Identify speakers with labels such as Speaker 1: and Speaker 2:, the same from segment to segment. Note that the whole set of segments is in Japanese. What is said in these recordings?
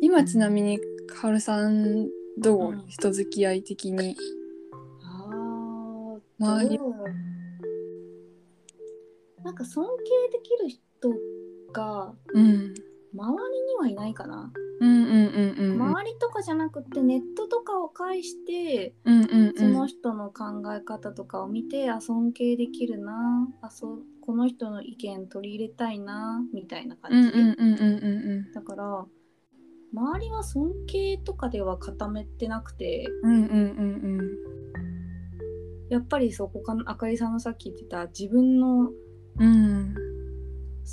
Speaker 1: 今ちなみにカオルさんどう
Speaker 2: うん
Speaker 1: 人付き合い的に
Speaker 2: ああ、
Speaker 1: 周り
Speaker 2: どうだろうなんか尊敬できる人が
Speaker 1: うん
Speaker 2: 周りにはいないかな、
Speaker 1: うんうんうんうんうん
Speaker 2: 周りとかじゃなくてネットとかを介して
Speaker 1: うんうん
Speaker 2: その
Speaker 1: う
Speaker 2: 人の考え方とかを見て、あ尊敬できるなあそうこの人の意見取り入れたいなみたいな感
Speaker 1: ん
Speaker 2: じで、
Speaker 1: うんうんうんうん
Speaker 2: だから周りは尊敬とかでは固めてなくて
Speaker 1: うんうんうんうん
Speaker 2: やっぱりそこかなあかりさんのさっき言ってた自分の好
Speaker 1: うん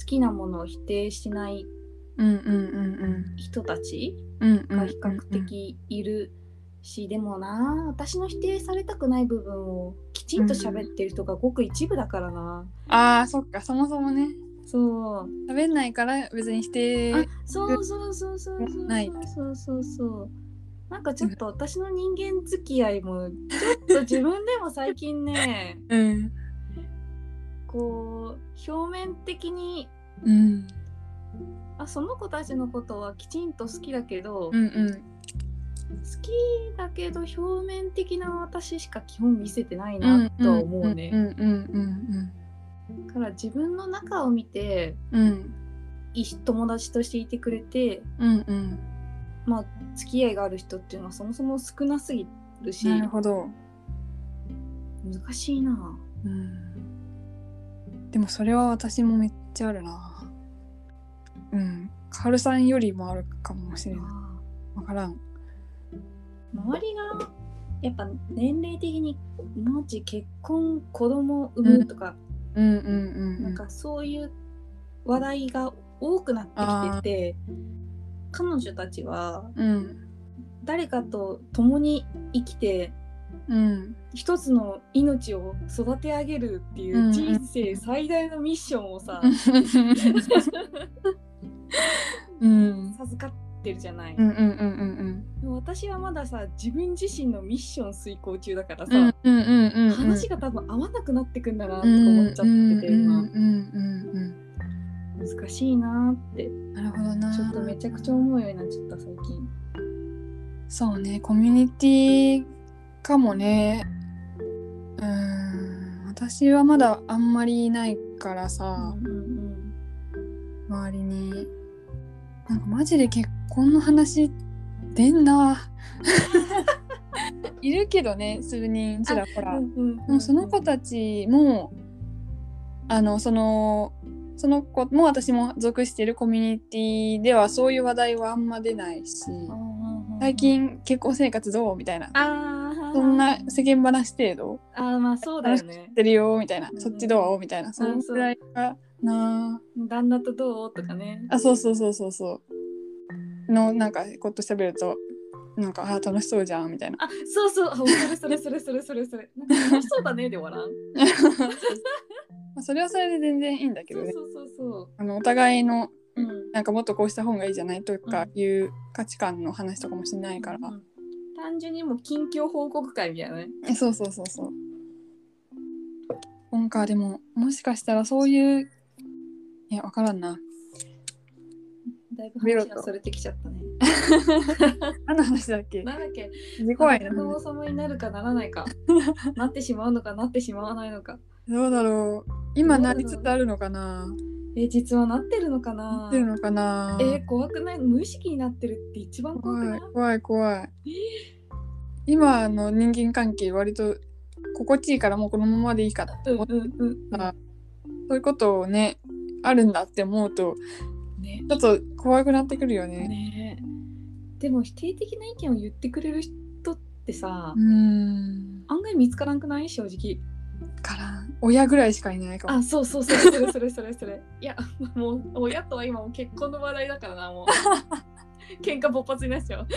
Speaker 2: きなものを否定しない
Speaker 1: うんうんうん
Speaker 2: 人たち
Speaker 1: うんうん
Speaker 2: が比較的いるし、でもな私の否定されたくない部分をきちんと喋ってる人がごく一部だからな、
Speaker 1: あーそっかそもそもね
Speaker 2: そう
Speaker 1: 喋んないから別に否
Speaker 2: あ
Speaker 1: 定
Speaker 2: そうそうそうそうそう
Speaker 1: ない
Speaker 2: そうそうそうなんかちょっと私の人間付き合いもちょっと自分でも最 近ね
Speaker 1: うん
Speaker 2: こう表面的に
Speaker 1: うん
Speaker 2: あその子たちのことはきちんと好きだけど、
Speaker 1: うんうん
Speaker 2: 好きだけど表面的な私しか基本見せてないなとは思うね、
Speaker 1: うんうん
Speaker 2: だから自分の中を見て
Speaker 1: うんうん
Speaker 2: いい友達としていてくれて
Speaker 1: うんうん
Speaker 2: まあ付き合いがある人っていうのはそもそも少なすぎるし
Speaker 1: なる
Speaker 2: 難
Speaker 1: ほど
Speaker 2: しいな
Speaker 1: うんでもそれは私もめっちゃあるなうんカルさんよりもあるかもしれない
Speaker 2: あ
Speaker 1: わからん
Speaker 2: ー周りがやっぱ年齢的にもち結婚子供産むとか、
Speaker 1: うんうんうん
Speaker 2: な
Speaker 1: うんん
Speaker 2: かそういう話題が多くなってきてて彼女たちは
Speaker 1: うん
Speaker 2: 誰かと共に生きて
Speaker 1: うん
Speaker 2: 一つの命を育て上げるってい
Speaker 1: うんう
Speaker 2: うん人生最大のミッションをさ、
Speaker 1: うん
Speaker 2: 授かってるじゃない、
Speaker 1: うんうんうんうん
Speaker 2: でも私はまださ自分自身のミッション遂行中だからさ、
Speaker 1: うんうんうんうんうん
Speaker 2: 話が多分合わなくなってくんだなとか思っちゃってて、
Speaker 1: うんうん
Speaker 2: 今
Speaker 1: うんうん
Speaker 2: 難しいなってち
Speaker 1: うんなるほどな
Speaker 2: ょっとめちゃくちゃ思うようになっちゃった最近
Speaker 1: そうねコミュニティかもねうーん私はまだあんまりいないからさ、
Speaker 2: うんうん
Speaker 1: 周りになんかマジで結婚の話出ん ないるけどね数人ちらほら
Speaker 2: うん
Speaker 1: でもその子たちもあのそのその子も私も属しているコミュニティではそういう話題はあんま出ないし最近結婚生活どうみたいな
Speaker 2: あー
Speaker 1: そんな世間話程度
Speaker 2: あーまあそうだよね
Speaker 1: してるよみたいな
Speaker 2: うん
Speaker 1: そっちどうみたいなそのくらいかな
Speaker 2: 旦那とどうとかね
Speaker 1: あそうそうそうそうそうのなんかこと喋るとなんかあー楽しそうじゃんみたいな
Speaker 2: あそうそうあそれそれそれそれそれそれなんか楽しそうだねで終わらん
Speaker 1: まあそれはそれで全然いいんだ け
Speaker 2: そ
Speaker 1: ど
Speaker 2: う
Speaker 1: ね
Speaker 2: そうそうそ
Speaker 1: あのお互いの
Speaker 2: ううん
Speaker 1: なんかもっとこうした方がいいじゃないとか
Speaker 2: う
Speaker 1: いう価値観の話とかもしないから、
Speaker 2: うん単純にもう近況報告会みたいなね
Speaker 1: えそうそうそうそう今回でももしかしたらそういういやわからんな
Speaker 2: だいぶ話がそれてきちゃったね。
Speaker 1: 何の話だっけ
Speaker 2: なんだっけ
Speaker 1: 自己愛
Speaker 2: 子
Speaker 1: の話
Speaker 2: 供様になるかなら ないか。なってしまうのかなってしまわないのか。
Speaker 1: どうだろう今なりつつあるのかな
Speaker 2: え、実はなってるのか
Speaker 1: な
Speaker 2: な
Speaker 1: ってるのかな
Speaker 2: えー怖くない無意識になってるって一番怖く
Speaker 1: 怖
Speaker 2: ない
Speaker 1: い怖い怖い今の人間関係割と心地いいからもうこのままでいいかと
Speaker 2: うん
Speaker 1: 思っ
Speaker 2: うんう
Speaker 1: たら、そういうことをねあるんだって思うと
Speaker 2: ん。ね。
Speaker 1: ちょっと怖くなってくるよね。
Speaker 2: ねでも否定的な意見を言ってくれる人ってさ、
Speaker 1: うーん。
Speaker 2: 案外見つからんくない正直。
Speaker 1: からん親ぐらいしかいないかも。
Speaker 2: あ、そうそうそう、それそれそれそれ。いや、 もう親とは今もう結婚の話題だからな、もう。喧嘩勃発になっちゃう。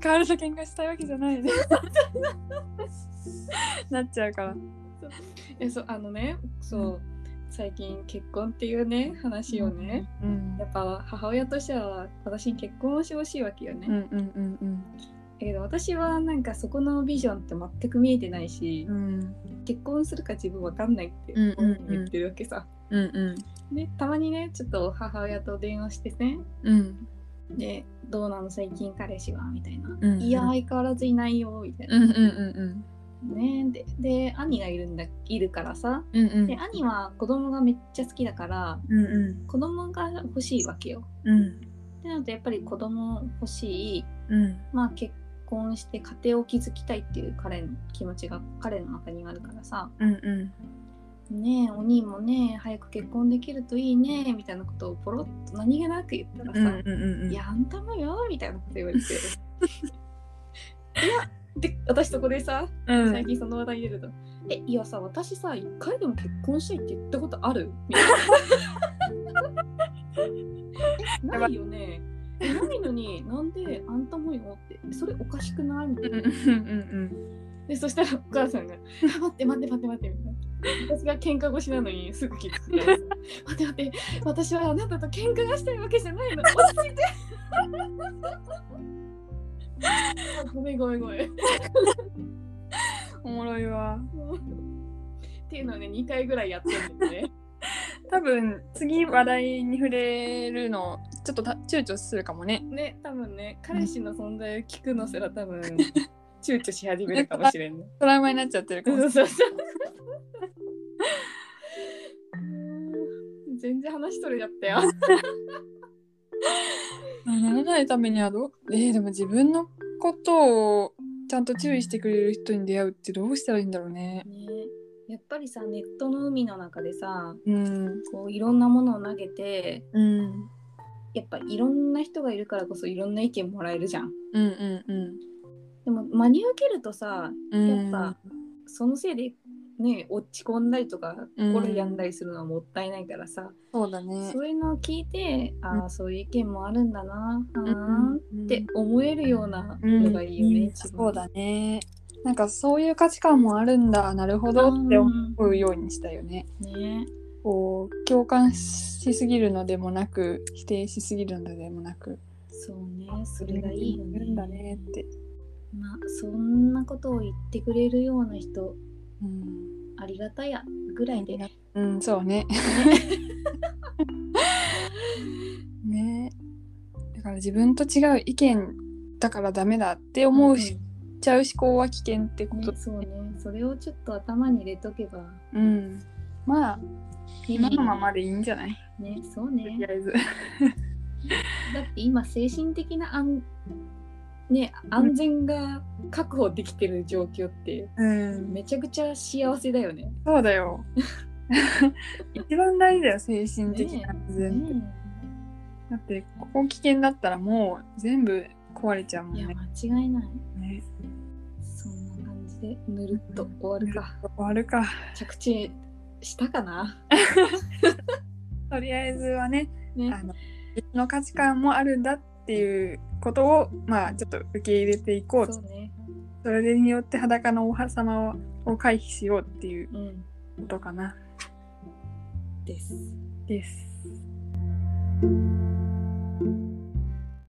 Speaker 1: カールと喧嘩したいわけじゃないね。 なっちゃうから。
Speaker 2: いやそうあのねそう、最近結婚っていうね話をね、
Speaker 1: うん
Speaker 2: や。っぱ母親としては私に結婚をしてほしいわけよね、
Speaker 1: うん
Speaker 2: だ
Speaker 1: うんうん
Speaker 2: けど私はなんかそこのビジョンって全く見えてないし
Speaker 1: うん。う、ん
Speaker 2: 結婚するか自分わかんないって
Speaker 1: うんうんうん
Speaker 2: 言ってるわけさ、
Speaker 1: うんうん。
Speaker 2: でたまにねちょっと母親と電話してね
Speaker 1: うん
Speaker 2: で「どうなの最近彼氏は?」みたいな
Speaker 1: うんう
Speaker 2: 「
Speaker 1: ん
Speaker 2: いや相変わらずいないよ」みたい
Speaker 1: うんうんうん
Speaker 2: な。ね、でで兄がいるんだいるからさ
Speaker 1: うんうん
Speaker 2: で兄は子供がめっちゃ好きだから
Speaker 1: うんうん
Speaker 2: 子供が欲しいわけよ。
Speaker 1: うん
Speaker 2: ってなるとやっぱり子供欲しい、
Speaker 1: うん
Speaker 2: まあ、結婚して家庭を築きたいっていう彼の気持ちが彼の中にはあるからさ
Speaker 1: うんうん
Speaker 2: ねえお兄もね早く結婚できるといいねみたいなことをポロッと何気なく言ったらさ
Speaker 1: うんうんうんう
Speaker 2: 「
Speaker 1: ん
Speaker 2: いやあんたもよ」みたいなこと言われて いやで私そこでさ
Speaker 1: うん
Speaker 2: 最近その話題出ると「えいやさ私さ一回でも結婚したいって言ったことある?」みたい な。えないよね。えないのになんであんたもよってそれおかしくないみたい
Speaker 1: うんう
Speaker 2: なん
Speaker 1: うん
Speaker 2: でそしたらお母さんが「待って待って待って待って」みたいな私が喧嘩腰なのにすぐ聞くから「待って待って私はあなたと喧嘩がしたいわけじゃないの落ち着いて」ごめんごめんごめん。
Speaker 1: おもろいわ
Speaker 2: っていうのをね2回ぐらいやってるんです ね。
Speaker 1: 多分次話題に触れるのちょっとた躊躇するかもね
Speaker 2: ね多分ね彼氏の存在を聞くのすら多 分躊躇し始めるかもしれんね。
Speaker 1: トラウマになっちゃってるか
Speaker 2: そ
Speaker 1: も
Speaker 2: う
Speaker 1: しれ
Speaker 2: そ
Speaker 1: な
Speaker 2: う
Speaker 1: い
Speaker 2: そう全然話それだったよ。
Speaker 1: ならないためにはどうえーでも自分のことをちゃんと注意してくれる人に出会うってどうしたらいいんだろうね。
Speaker 2: ねやっぱりさネットの海の中でさ
Speaker 1: うん。
Speaker 2: こういろんなものを投げて
Speaker 1: うん。
Speaker 2: やっぱいろんな人がいるからこそいろんな意見もらえるじゃん。
Speaker 1: うんうん
Speaker 2: でも真に受けるとさ
Speaker 1: うん。うん
Speaker 2: やっぱ、そのせいでね落ち込んだりとか
Speaker 1: うん
Speaker 2: 心病んだりするのはもったいないからさ、
Speaker 1: そうだね。
Speaker 2: そういうのを聞いてああ、
Speaker 1: う
Speaker 2: そういう意見もあるんだなあ、
Speaker 1: うん
Speaker 2: ーって思えるような
Speaker 1: うん
Speaker 2: のがいいよ
Speaker 1: う
Speaker 2: ね、
Speaker 1: んそうだね。なんかそういう価値観もあるんだ、なるほどって思うようにしたよね。
Speaker 2: ね
Speaker 1: こう、共感しすぎるのでもなく、否定しすぎるのでもなく、
Speaker 2: そうねそれがいいよね
Speaker 1: るんだねって。
Speaker 2: まあそんなことを言ってくれるような人
Speaker 1: うん。
Speaker 2: ありがたやぐらいで
Speaker 1: うん、そう ね。ねだから自分と違う意見だからダメだって思うし、ちゃう思考は危険ってこ
Speaker 2: ん
Speaker 1: と
Speaker 2: ね、そうねそれをちょっと頭に入れとけば
Speaker 1: うんまあ今のままでいいんじゃない
Speaker 2: ねそう
Speaker 1: と
Speaker 2: ね
Speaker 1: りあえず
Speaker 2: だって今精神的な安,、ね、安全が確保できてる状況って
Speaker 1: うん
Speaker 2: めちゃくちゃ幸せだよね。
Speaker 1: そうだよ 一番大事だよ精神的な安全、だってここ危険だったらもう全部壊れちゃうもん
Speaker 2: いや
Speaker 1: ね
Speaker 2: 間違いない。
Speaker 1: ね
Speaker 2: そんな感じでぬるっと終わるか。
Speaker 1: 終わるか
Speaker 2: 着地したかな。
Speaker 1: とりあえずはね
Speaker 2: ね
Speaker 1: あ、の別の価値観もあるんだっていうことをまあちょっと受け入れていこう
Speaker 2: そうね。
Speaker 1: それによって裸の王様をを回避しようっていう
Speaker 2: うん。
Speaker 1: ことかな
Speaker 2: です。
Speaker 1: です。